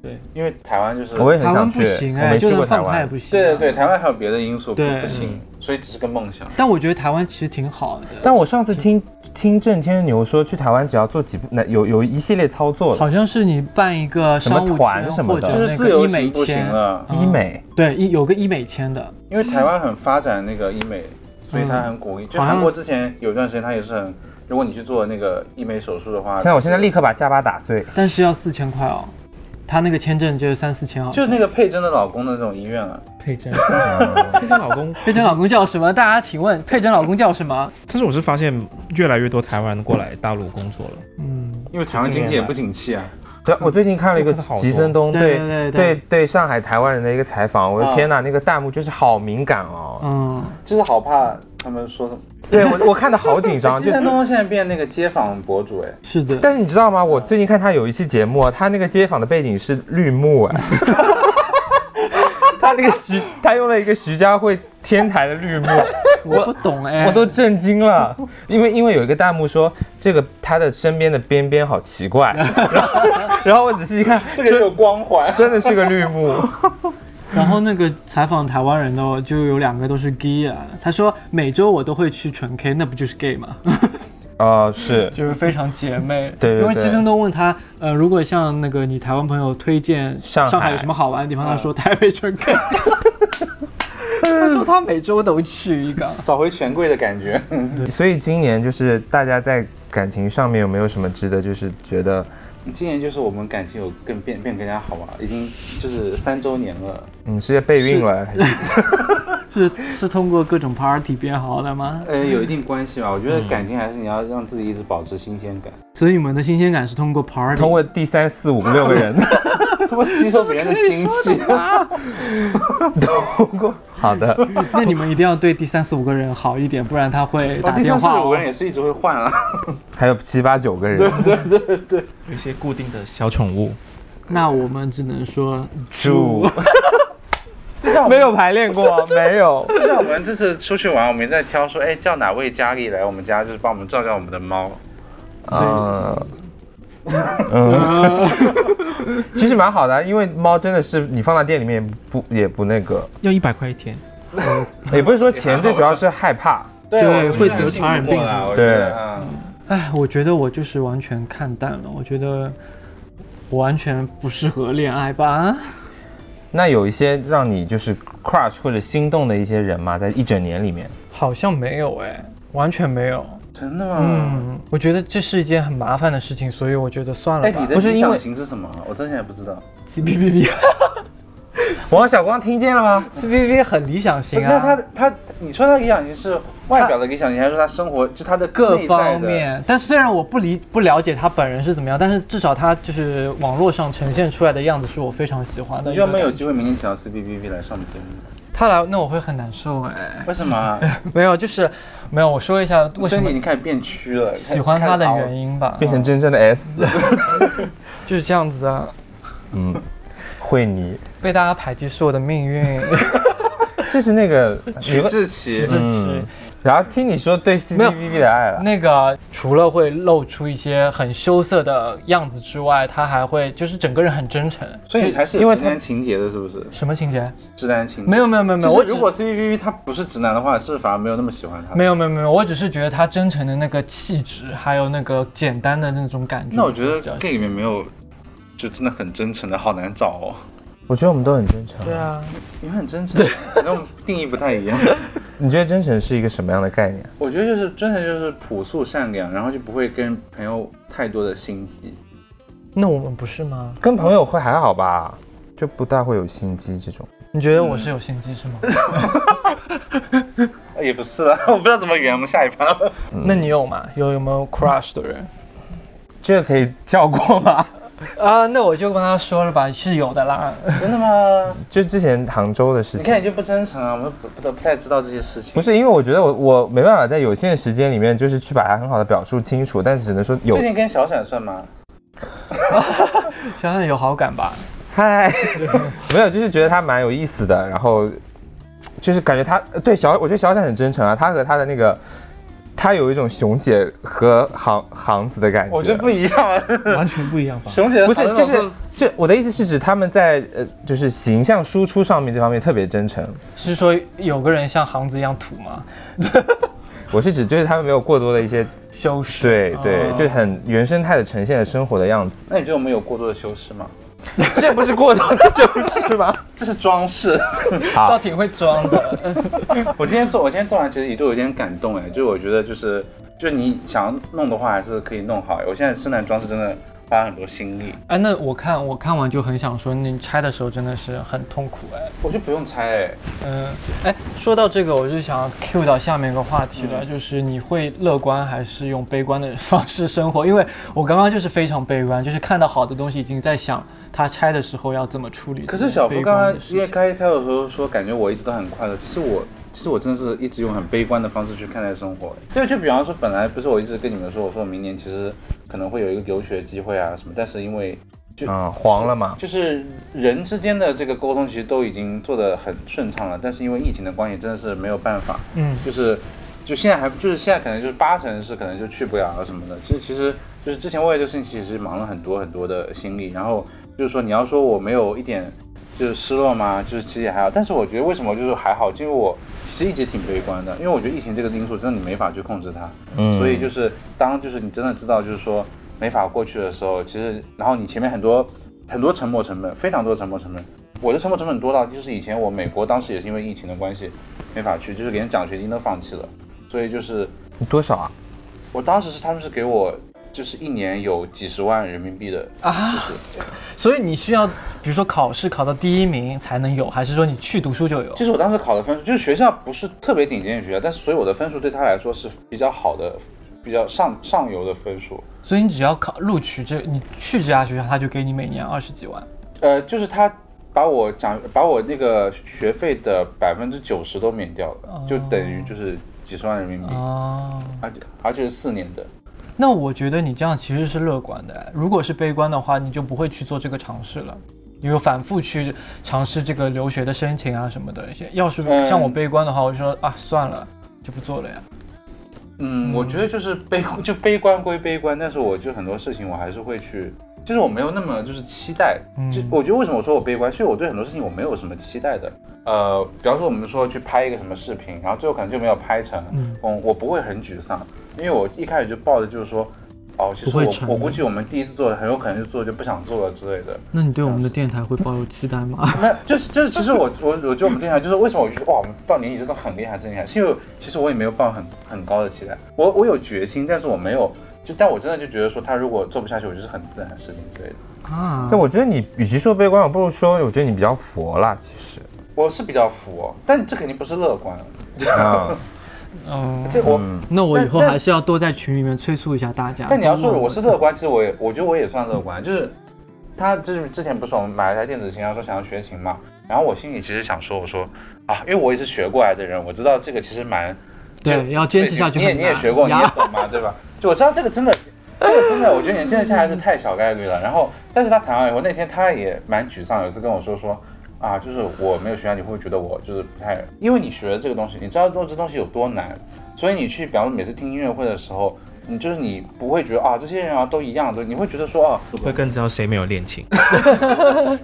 对，
因为台湾就是
我也很
台湾
想
不
去，
行
我
哎，
没
就
去过
算
台
放开也
湾。
不行、
对对对，。台湾还有别的因素不
对
不行，所以只是个梦想。
但我觉得台湾其实挺好的，
但我上次听听郑天牛说，去台湾只要做几步，那有有一系列操作的，
好像是你办一个
什么
商务
团什
签
么
或
的
者
就是
那
自
个
由
医美
行不行
签，
了，
嗯
医美。
对，医有个医美签的，
因为台湾很发展那个医美，所以他很鼓励。就
好像
韩国之前有一段时间，他也是很，如果你去做那个医美手术的话，
像我现在立刻把下巴打碎，
但是要四千块哦，他那个签证就是三四千好像，
就是那个佩珍的老公的那种医院啊，
佩珍，佩珍老公，
佩珍老公叫什么？大家请问佩珍老公叫什
<laughs>
么？
但是我是发现越来越多台湾人过来大陆工作了。
嗯，
因为台湾经济也不景气啊。
对，我最近看了一个
好多
吉森东
对
对
对对
对对上海台湾人的一个采访，我的
啊
天呐，那个弹幕真是好敏感哦。
嗯，
就是好怕他们说什么。
对我我看的好
<laughs>
紧张，
金
就
山东现在变那个街访博主哎，
是的，
但是你知道吗？我最近看他有一期节目，啊他那个街访的背景是绿幕哎。他那个徐，他用了一个徐家汇天台的绿幕，
我不懂哎，
我都震惊了，因为因为有一个弹幕说这个他的身边的边边好奇怪， <laughs> 然后然后我仔细一看，
这个有光环。
真的是个绿幕，
然后那个采访台湾人的哦就有两个都是 gay 啊，他说每周我都会去纯 K，那不就是 gay
<laughs>
吗？
啊是，
就是非常姐妹。
对对
因为
对
基森都问他，呃，如果像那个你台湾朋友推荐
上海
有什么好玩的地方，
嗯
他说台北纯 K，他说他每周都去一
<laughs>
个。
<laughs> 找回权贵的感觉，
所以今年就是大家在感情上面有没有什么值得就是觉得
今年就是我们感情有更变变得更加好啊吧，已经就是三周年了。
你嗯是备孕了？还是
是是通过各种 party 变好的吗？
呃，有一定关系吧。我觉得感情还是你要让自己一直保持新鲜感，
所以你们的新鲜感是通过 party。
通过第三四五六个人，
<laughs> 他妈吸收别人的 <laughs> 精气。 <laughs>
好的，
那你们一定要对第三四五个人好一点，不然他会
我
打
第
电
三四
话、
五
哦
个人。也是一直会换啊。
还有七八九个人，
有一些固定的小宠物，
那我们只能说，
住
就像我
没
们，
有排练过，啊 <laughs> 没有，
就像我们这次出去玩，我们也在挑说，哎，叫哪位家里来我们家，就是帮我们照料我们的猫。
嗯。嗯，其实蛮好的啊，因为猫真的是你放在店里面也不也不那个，
要一百块一天。
也不是说钱，最主要是害怕。
对
我
会
觉
得
很幸
传染
福过
病
了
什么
我觉
的对
得嗯。
哎，我觉得我就是完全看淡了，我觉得我完全不适合恋爱吧。
那有一些让你就是 crush 或者心动的一些人嘛，在一整年里面，
好像没有哎，完全没有。
真的吗？
嗯，我觉得这是一件很麻烦的事情，所以我觉得算了
哎，你
吧。
的
不是
理
因为
想型是什么？我真的也不知道。
C B
<laughs>
B B
王小光听见了吗？
C B B 很理想型
那
啊，
他他，你说他理想型是外表的理想型，还是说他生活就他的
各
内在的
方？面。但虽然我不理不了解他本人是怎么样，但是至少他就是网络上呈现出来的样子是我非常喜欢的一
你专
个
门
感
有
觉。
机会明天请到 C B B B 来上我们节目，
他来，那我会很难受哎。
为什么啊？
没有，就是没有。我说一下为什
身体
么
已经开始变曲了，
喜欢他的原
因。
因吧。嗯
变成真正的 S，
就是这样子啊，
嗯，惠妮，
被
<laughs>
大家排挤是我的命运。
这是那个
徐志奇
徐志奇
嗯，然后听你说对 C P
没有
B B 的爱了，
那个除了会露出一些很羞涩的样子之外，他还会就是整个人很真诚。
所以你还是有
因为
直男情节的，是不是？
什么情节？
直男情节
没有没有没有没有，
其
我
实
只
如果 C B B B 他不是直男的话，是反而没有那么喜欢他。
没有没有没有，我只是觉得他真诚的那个气质，还有那个简单的那种感觉。
那我觉
比较
得
喜
gay 里面没有，就真的很真诚的，好难找哦。
我觉得我们都很真诚。
对啊，
你们很真诚，可能我们定义不太一样。 <laughs>
你觉得真诚是一个什么样的概念？
我觉得就是真诚，就是朴素善良，然后就不会跟朋友太多的心机。
那我们不是吗？
跟朋友会还好吧，就不大会有心机这种。
你觉得我是有心机是吗？
呃也不是啊， <laughs> 我不知道怎么圆，我们下一趴。
那你有吗？有有没有 crush 的人？
这个可以跳过吗？
嗯
啊，那我就跟他说了吧，是有的啦。
<laughs>
<laughs>
真的吗？
就之前杭州的事
你
情
看，你就不真诚啊，我们不不不太知道这些事情。
不是因为我觉得我我没办法在有限时间里面就是去把它很好的表述清楚，但只能说有
最近跟小闪算吗？
想想有好感吧。
嗨， <laughs> 没有，就是觉得他蛮有意思的，然后就是感觉他对小，我觉得小闪很真诚啊，他和他的那个。他有一种熊姐和行行子的感觉，
我觉得不一样啊，
完全不一样吧？
熊姐
不是
好像，
就是
老
这我的意思是指他们在呃，就是形象输出上面这方面特别真诚。
是说有个人像行子一样土吗？
我是指就是他们没有过多的一些
修饰。
对
哦
对，就很原生态的呈现了生活的样子。
那你觉得我们有过多的修饰吗？
<laughs> 这不是过多的修饰
<laughs>
吗？
这是装饰。
倒挺会装的， <laughs>
我今天做，我今天做完其实一度有点感动哎，就是我觉得就是就你想要弄的话，还是可以弄好。我现在生产装饰真的花很多心力，
哎，那我看我看完就很想说，你拆的时候真的是很痛苦哎。
我就不用拆哎。
嗯，哎，说到这个，我就想 cue 到下面一个话题了，
嗯
就是你会乐观还是用悲观的方式生活？因为我刚刚就是非常悲观，就是看到好的东西已经在想它拆的时候要怎么处理这
可
件
是小福
悲
刚
观
刚
的事情。
一开开头的时候说，感觉我一直都很快乐，其实我。其实我真的是一直用很悲观的方式去看待生活，哎就就比方说，本来不是我一直跟你们说，我说我明年其实可能会有一个留学机会啊什么，但是因为
嗯，黄了嘛。
就是人之间的这个沟通，其实都已经做得很顺畅了，但是因为疫情的关系，真的是没有办法。
嗯，
就是就现在还就是现在可能就是八成是可能就去不了啊什么的。其实其实就是之前为了这个事情，其实忙了很多很多的心力。然后就是说，你要说我没有一点就是失落吗？就是其实也还好，但是我觉得为什么就是还好，就因为我其实一直挺悲观的，因为我觉得疫情这个因素真的你没法去控制它。
嗯，
所以就是当就是你真的知道就是说没法过去的时候，其实然后你前面很多很多沉没成本，非常多的沉没成本。我的沉没成本多到就是以前我美国当时也是因为疫情的关系没法去，就是连奖学金都放弃了。所以就是
你多少啊？
我当时是他们是给我就是一年有几十万人民币的
啊
就是
所以你需要，比如说考试考到第一名才能有，还是说你去读书就有？
就是我当时考的分数，就是学校不是特别顶尖的学校，但是所以我的分数对他来说是比较好的，比较上上游的分数。
所以你只要考录取这，你去这家学校，他就给你每年二十几万。
呃，就是他把我奖把我那个学费的百分之九十都免掉了，就等于就是几十万人民币，
哦，
而且而且是四年的。
那我觉得你这样其实是乐观的。如果是悲观的话，你就不会去做这个尝试了。你有反复去尝试这个留学的申请啊什么的。要是
嗯
像我悲观的话，我就说啊算了，就不做了呀。
嗯，我觉得就是悲 <laughs> 就悲观归悲观，但是我就很多事情我还是会去，就是我没有那么就是期待。
嗯
就我觉得为什么我说我悲观，是因为我对很多事情我没有什么期待的。呃，比方说我们说去拍一个什么视频，然后最后可能就没有拍成，嗯，我不会很沮丧，因为我一开始就抱着就是说，哦，其实
不会
我
成
我估计我们第一次做的很有可能就做就不想做了之类的。
那你对我们的电台会抱有期待吗？
没有，就是就是，其实我我我觉得我们电台就是为什么我觉得哇，我们到年底真的很厉害，真厉害，是因为其实我也没有抱很很高的期待，我我有决心，但是我没有，就但我真的就觉得说他如果做不下去，我就是很自然的事情之类的。
<laughs> 啊
但，我觉得你与其说悲观，我不如说我觉得你比较佛啦。其实，
我是比较佛、但这肯定不是乐观。
嗯，
嗯，
这我，
那我以后
但但
还是要多在群里面催促一下大家。
但你要说我是乐观，其实我也我觉得我也算乐观，就是他就是之前不是我们买了台电子琴，然后说想要学琴嘛，然后我心里其实想说，我说啊，因为我也是学过来的人，我知道这个其实蛮
对，要坚持下去
你也
很
你
难。
也学过，你也
呀
懂嘛，对吧？就我知道这个真的，这个真的，我觉得你真的现在还是太小概率了。然后，但是他谈完以后，那天他也蛮沮丧，有一次跟我说说。啊，就是我没有学到，你会不会觉得我就是不太？因为你学了这个东西，你知道这这东西有多难，所以你去，比方说每次听音乐会的时候，你就是你不会觉得啊这些人啊都一样，就你会觉得说啊，
会更知道谁没有恋情。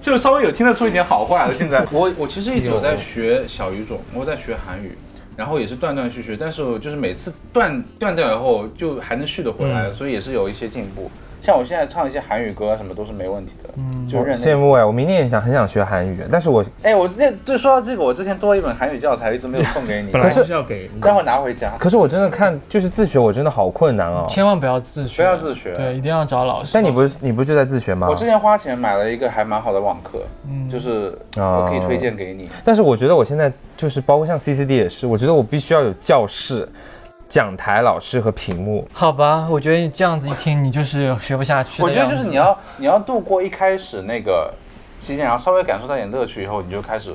就稍微有听得出一点好坏了。现在我我其实一直有在学小语种，我在学韩语，然后也是断断续续，但是我就是每次断断掉以后，就还能续得回来，所以也是有一些进步。像我现在唱一些韩语歌啊什么都是没问题的，就认
羡
真。
慕哎，我明年也想很想学韩语，但是我
哎，我那就说到这个，我之前多了一本韩语教材，一直没有送给你，
<laughs> <laughs> 本来就是要给
待会儿拿回家，
可是我真的看就是自学，我真的好困难哦。
千万不要自学，
不要自学。
对，一定要找老师。
但你不是你不就在自学吗
我？之前花钱买了一个还蛮好的网课，就是
啊
我可以推荐给你。
但是我觉得我现在就是包括像 CCD 也是，我觉得我必须要有教室、讲台、老师和屏幕。
好吧，我觉得你这样子一听，你就是学不下去
我
的
觉得
样子。
就是你要你要度过一开始那个期间，然后稍微感受到点乐趣以后，你就开始，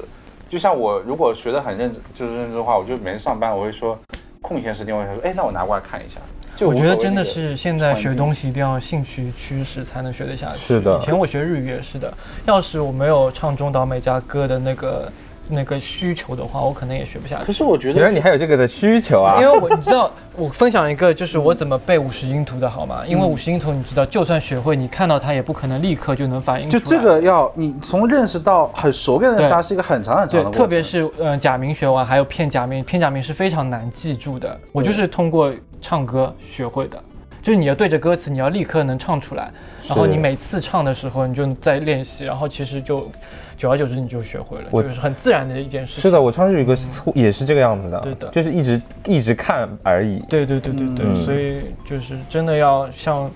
就像我如果学得很认真，就是认真的话，我就每天上班我会说，空闲时间我会说，哎，那我拿过来看一下。就
我觉
无所
得
谓
真
那
的
个
是现在
环
学
境
东西一定要兴趣驱使才能学得下去。
是的
以前我学日语也是的，要是我没有唱中岛美嘉歌的那个那个需求的话，我可能也学不下
可
去。
是我觉
原来
得，
你还有这个的需求啊
因！为我你知道，我分享一个就是
嗯
我怎么背五十音图的好吗？因为五十音图你知道，就算学会，你看到它也不可能立刻就能反应出
就
来。
这个要你从认识到很熟跟认识它
对
是一个很长很长
对
的，过程，
特别是呃假名学完还有片假名，片假名是非常难记住的。我就是通过唱歌学会的，就是你要对着歌词，你要立刻能唱出来，然后你每次唱的时候你就在练习，然后其实就久而久之你就学会了，
我
就是很自然的一件事情。
是的，，我唱日语歌是也是这个样子的，
对的
就是一直一直看而已。
对对对对对，
嗯
所以就是真的要像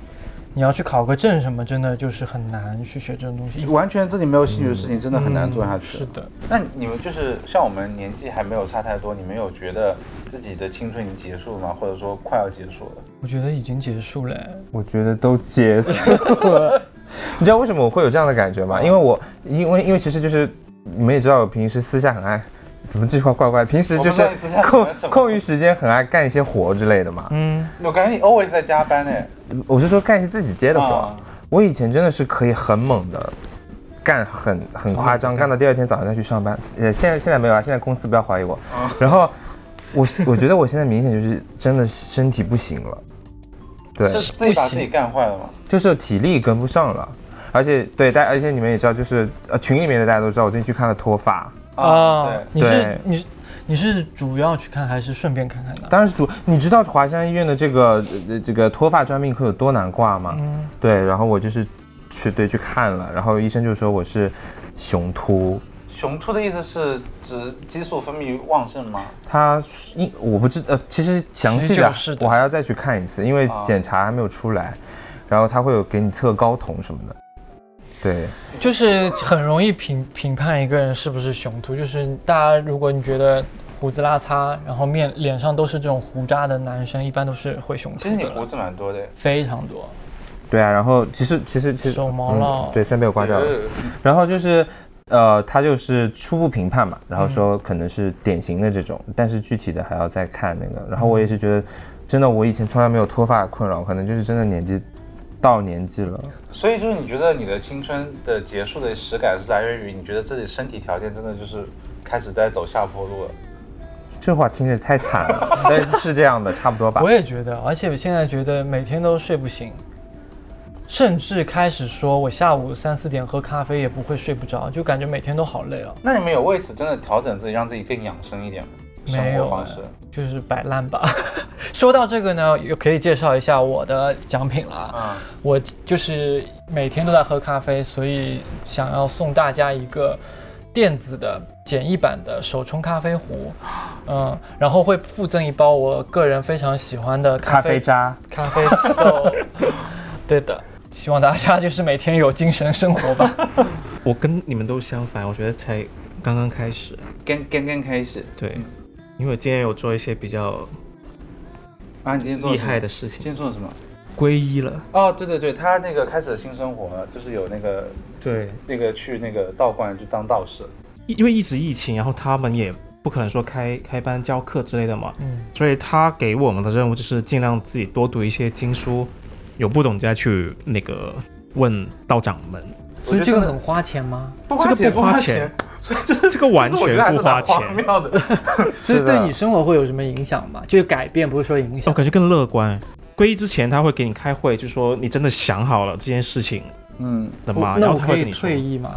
你要去考个证什么，真的就是很难去学这种东西。嗯
完全自己没有兴趣的事情，真的很难做下去。
是的，
那你们就是像我们年纪还没有差太多，你们有觉得自己的青春已经结束吗？或者说快要结束了？
我觉得已经结束了。哎
我觉得都结束了。 <laughs> 你知道为什么我会有这样的感觉
哦
吗？因为我因为因为其实就是你们也知道，我平时私下很爱，怎么这句话怪怪？平时
我
就
不知
是
道你私下喜
空
欢什么
空余时间很爱干一些活之类的嘛。
嗯，
我感觉你 always 在加班哎、
我是说干一些自己接的活。
啊
我以前真的是可以很猛的。干很很夸
哦
张，干到第二天早上再去上班。呃，现在现在没有啊，现在公司不要怀疑我。
哦
然后我我觉得我现在明显就是真的身体不行了，对，
是自己把自己干坏了吗？
就是体力跟不上了，而且对，大而且你们也知道，就是呃群里面的大家都知道，我最近去看了脱发，
啊
对，，
你是
对
你是你是主要去看还是顺便看看的？
当然是主，你知道华山医院的这个呃这个脱发专命课有多难挂吗？
嗯
对，然后我就是去对去看了，然后医生就说我是雄秃。
雄秃的意思是指激素分泌旺盛
<laughs>
吗？
他因我不知呃，其实详细
其实
的
就是的
我还要再去看一次，因为
啊
检查还没有出来，然后他会有给你测睾酮什么的。对，
就是很容易评评判一个人是不是雄秃，就是大家如果你觉得胡子拉碴，然后面脸上都是这种胡渣的男生，一般都是会雄
其
秃
实你
的
胡
了，
子蛮多的、
非常多。
对啊，然后其实其实其实
手毛了
对，虽然被我刮掉了。
呃
然后就是，呃，他就是初步评判嘛，然后说可能是典型的这种，但是具体的还要再看那个。然后我也是觉得，真的我以前从来没有脱发困扰，可能就是真的年纪到年纪了。
所以就是你觉得你的青春的结束的实感是来源于你觉得自己身体条件真的就是开始在走下坡路了。
这话听着太惨 <laughs> 了，但是是这样的，差不多吧
我。也觉得，而且我现在觉得每天都睡不醒，甚至开始说我下午三四点喝咖啡也不会睡不着，就感觉每天都好累哦。
那你们有为此真的调整自己，让自己更养生一点吗？
没
生
有
活
哎
方式。
就是摆烂吧。 <laughs> 说到这个呢，又可以介绍一下我的奖品了。
嗯，
我就是每天都在喝咖啡，所以想要送大家一个电子的简易版的手冲咖啡壶，嗯，然后会附赠一包我个人非常喜欢的
咖
咖
啡
啡
渣，
咖啡豆。对的，希望大家就是每天有精神生活吧。
我跟你们都相反，我觉得才刚刚开始。
刚刚刚开始。
对，因为我今天有做一些比较
啊，你今天做了
厉
什么
害的事
今
情，
天做了什么？
皈依了。
哦，对对对，他那个开始新生活了，就是有那个
对，
那个去那个道观去当道士。
因为一直疫情，然后他们也不可能说开开班教课之类的嘛，
嗯，
所以他给我们的任务就是尽量自己多读一些经书，有不懂再去那个问道长们。 <laughs>
所以
我觉得
这个
真的
很花钱吗？
不
这个不花钱，
所以这
这个完全
我觉得还是
不花
蛮
钱
荒谬
<laughs>
的。
所以
是的
对你生活会有什么影响吗？就是改变，不是说影
我
响。
哦感觉更乐观。皈依之前他会给你开会，就说你真的想好了这件事情
嗯，
了
我那
吗？啊然
我
后他会
可
跟
以
你说
退役吗？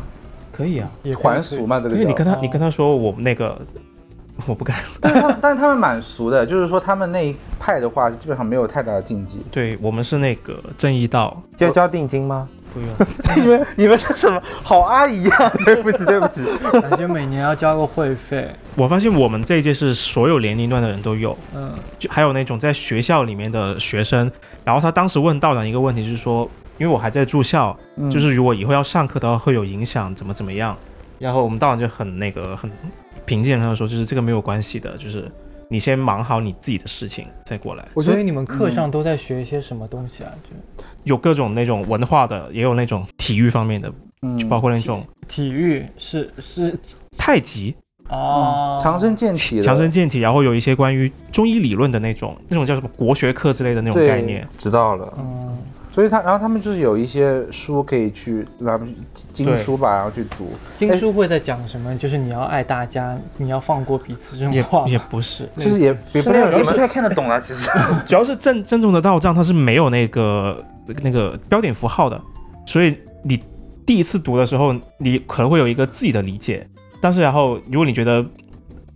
可以啊，
也可以
还 <laughs> 俗嘛，这个
因为你
叫
跟。他
哦
你跟他说我那个 <laughs> 我不敢，
但是他们但是他们蛮俗的，就是说他们那一派的话，基本上没有太大的禁忌。
对我们是那个正义道，
要交定金吗？
不用。
你们 <laughs> 你们是什么好阿姨啊？
对不起，对不起，
退，感觉每年要交个会费。
<laughs> 我发现我们这一届是所有年龄段的人都有，
嗯，
就还有那种在学校里面的学生。然后他当时问道长一个问题，就是说，因为我还在住校，
嗯
就是如果以后要上课的话会有影响，怎么怎么样。然后我们道长就很那个很平静，他就说，就是这个没有关系的，就是你先忙好你自己的事情再过来。
我觉
所
得嗯
以你们课上都在学一些什么东西啊？就
有各种那种文化的，也有那种体育方面的，
嗯
就包括那种
体育是是
太极、
哦，
强身健体的，
强身健体，然后有一些关于中医理论的那种那种叫什么国学课之类的那种
对
概念。
<laughs> 知道了。
嗯，
所以他，然后他们就是有一些书可以去，他们经经书吧，然后去读。
经书会在讲什么？就是你要爱大家，你要放过彼此这种
也
话吗。
也不是，
其实也也不
那种
也不
什么
太看得懂了，其实。
主要是正正宗的道藏它是没有那个那个标点符号的，所以你第一次读的时候，你可能会有一个自己的理解，但是然后如果你觉得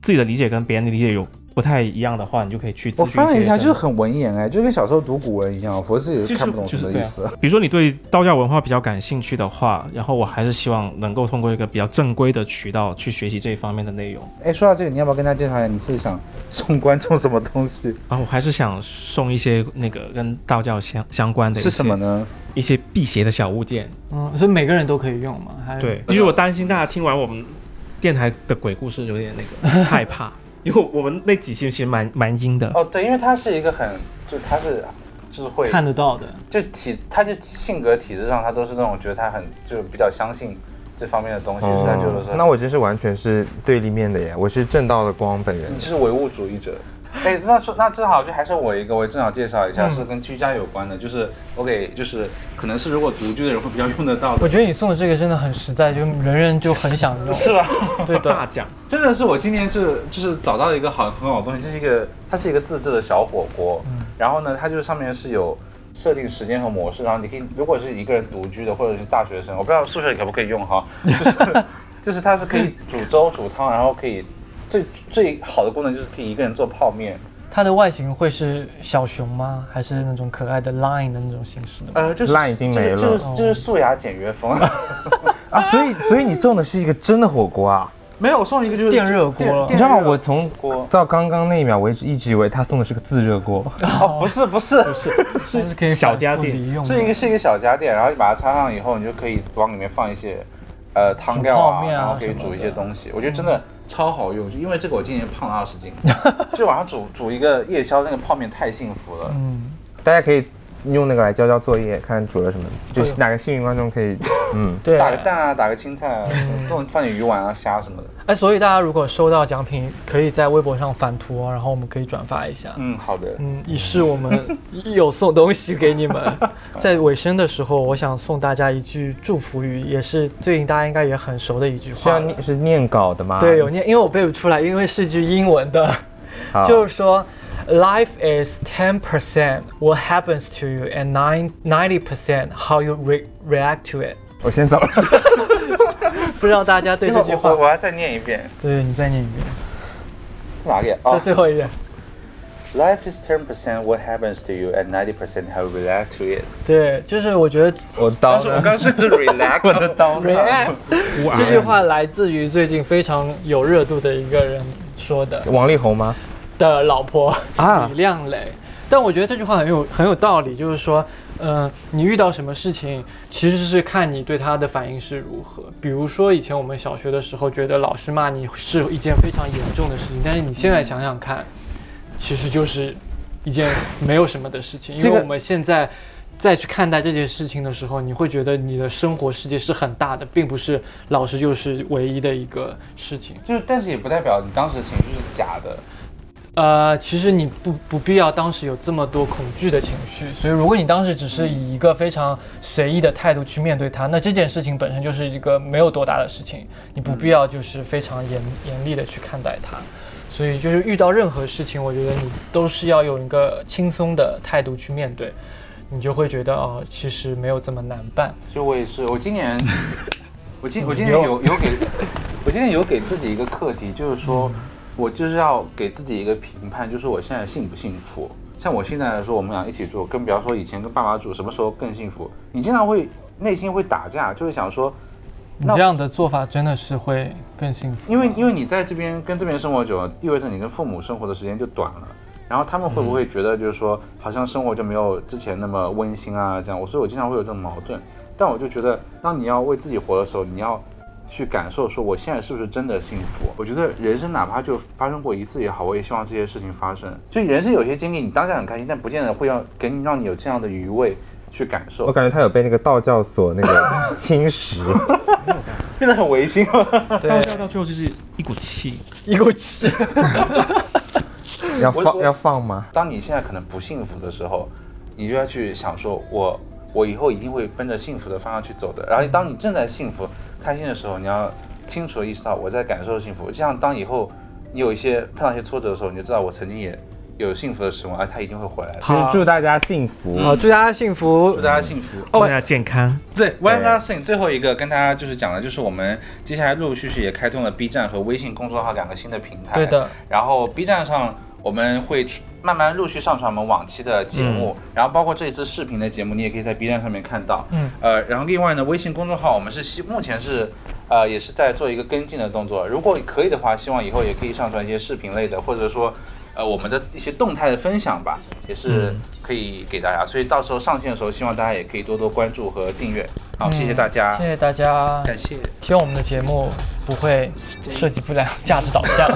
自己的理解跟别人的理解有不太一样的话，你就可以去咨询
<laughs> 我翻了
些
一下，
真
就是
的
很文言哎，就跟小时候读古文一样，我自己
就是
也看不懂
就
什
是
么
对
意
啊
思。
比如说你对道教文化比较感兴趣的话，然后我还是希望能够通过一个比较正规的渠道去学习这一方面的内容。
哎，说到这个，你要不要跟大家介绍一下，你是想送观众什么东西？
啊，我还是想送一些那个跟道教相相关的一
是什
些
么呢？
一些辟邪的小物件。
嗯，所以每个人都可以用嘛？还
哎
是
对，就是我担心大家听完我们电台的鬼故事有点那个害怕，因为我们那几期其实蛮蛮阴的。
哦，对，因为他是一个很，就他是就是会
看得到的。
就体，他就性格体质上，他都是那种觉得他很就比较相信这方面的东西，所以他就是
哦那我真是完全是对立面的耶，我是正道的光本人
你。是唯物主义者。哎，那说那正好就还是我一个，我正好介绍一下，是跟居家有关的，就是我给就是可能是如果独居的人会比较用得到
我
的， <laughs>
觉得你送的这个真的很实在，就人人就很想用。
是吧？
对
大
的，
奖，
真的是我今年就是就是找到一个好很好的东西，这是一个它是一个自制的小火锅，
嗯
然后呢，它就是上面是有设定时间和模式，然后你可以如果是一个人独居的或者是大学生，我不知道宿舍里可不可以用
<laughs>
哈，就是就是它是可以煮粥煮汤，然后可以最最好的功能就是可以一个人做泡面，
它的外形会是小熊吗？还是那种可爱的 line 的那种形式的？
呃，就是
烂已经没了哦
就是就是就是素雅简约
<laughs>
风。
啊，所以所以你送的是一个真的火锅啊？
没有，我送一个就是
电热锅
电
你知道吗？
电热
我从
锅
到刚刚那一秒，我一直一直以为他送的是个自热
<laughs>
锅。
哦，不是不是不是，
是是可以
小家
反复
电
利用的，
是一个是一个小家电，然后你把它插上以后，你就可以往里面放一些呃汤料
煮泡
啊，
面啊
然后可以
什么
煮
的
一
嗯
些东西。我觉得真的超好用，就因为这个我今年胖了二十
<laughs>
斤，就晚上煮煮一个夜宵那个泡面太幸福了。
大家可以用那个来交交作业，看煮了什么，就是哪个幸运观众可以，嗯，
对嗯
打个蛋啊，打个青菜啊，弄放点鱼丸啊、虾什么的。
哎，所以大家如果收到奖品，可以在微博上反图哦，然后我们可以转发一下，
嗯，好的。
嗯，以示我们有送东西给你们。在尾声的时候，我想送大家一句祝福语，也是最近大家应该也很熟的一句
是要
话。
念是念稿的吗？
对，有念，因为我背不出来，因为是句英文的，<laughs>
好，
就是说，Life is ten percent what happens to you and nine ninety percent how you re react to
<laughs>
it。
我先走了。
不知道大家对
那
这
个
句
我
话
我，我要再念一遍，
对你再念一遍，
在哪里啊？
在
哦
最后一遍，
Life is ten percent what happens to you, and ninety percent how you react to it。
对，就是我觉得
我刀
但是我 <laughs>
呢？
刚甚至 relax，
我的刀呢？
啊
react
啊
这句话来自于最近非常有热度的一个人说的
王力宏吗？
的老婆
啊
李亮磊。但我觉得这句话很有很有道理，就是说，嗯、你遇到什么事情，其实是看你对他的反应是如何。比如说，以前我们小学的时候，觉得老师骂你是一件非常严重的事情，但是你现在想想看，其实就是一件没有什么的事情，因
这
为
个
我们现在再去看待这件事情的时候，你会觉得你的生活世界是很大的，并不是老师就是唯一的一个事情。
就是但是也不代表你当时情绪是假的。
呃，其实你不不必要当时有这么多恐惧的情绪，所以如果你当时只是以一个非常随意的态度去面对它，那这件事情本身就是一个没有多大的事情，你不必要就是非常严严厉的去看待它。所以就是遇到任何事情，我觉得你都是要有一个轻松的态度去面对，你就会觉得哦，其实没有这么难办。
就我也是，我今年，我今我今年有有给， <laughs> 我今年有给自己一个课题，就是说，我就是要给自己一个评判，就是我现在幸不幸福。像我现在来说，我们俩一起住，更不要说以前跟爸妈住，什么时候更幸福？你经常会内心会打架，就是想说，
你这样的做法真的是会更幸福，
因为因为你在这边跟这边生活久了，意味着你跟父母生活的时间就短了。然后他们会不会觉得就是说，好像生活就没有之前那么温馨啊？这样，我所以我经常会有这种矛盾。但我就觉得，当你要为自己活的时候，你要去感受说我现在是不是真的幸福。我觉得人生哪怕就发生过一次也好，我也希望这些事情发生。就人生有些经历，你当下很开心，但不见得会要给你让你有这样的余味去感
我
受，
感觉他有被那个道教所那个 <laughs> 侵蚀，
变得很违心了。
到
对，
到到最后就是一股气，
<laughs> 一口气。
要
我
放
我
要放吗？
当你现在可能不幸福的时候，你就要去想说我，我以后一定会奔着幸福的方向去走的。然后，当你正在幸福、开心的时候，你要清楚地意识到我在感受幸福。就像当以后你有一些碰到一些挫折的时候，你就知道我曾经也有幸福的时光，而它一定会回来的。
就是祝大家幸福。
好，呃祝大家幸福
祝。大家幸福
祝
哦
大！家健康。
对，One Last Thing，最后一个跟大家就是讲的，就是我们接下来陆陆续续也开通了 B 站和微信公众号两个新的平台。
对的，
然后 B 站上我们会出慢慢陆续上传我们往期的节目，然后包括这一次视频的节目，你也可以在 B 站上面看到。
嗯，
呃，然后另外呢，微信公众号我们是希目前是呃也是在做一个跟进的动作，如果可以的话，希望以后也可以上传一些视频类的，或者说。呃，我们的一些动态的分享吧，也是
嗯
可以给大家，所以到时候上线的时候，希望大家也可以多多关注和订阅。好，谢谢大家，
嗯谢谢大家。
感谢。
希望我们的节目不会涉及不良价值导向。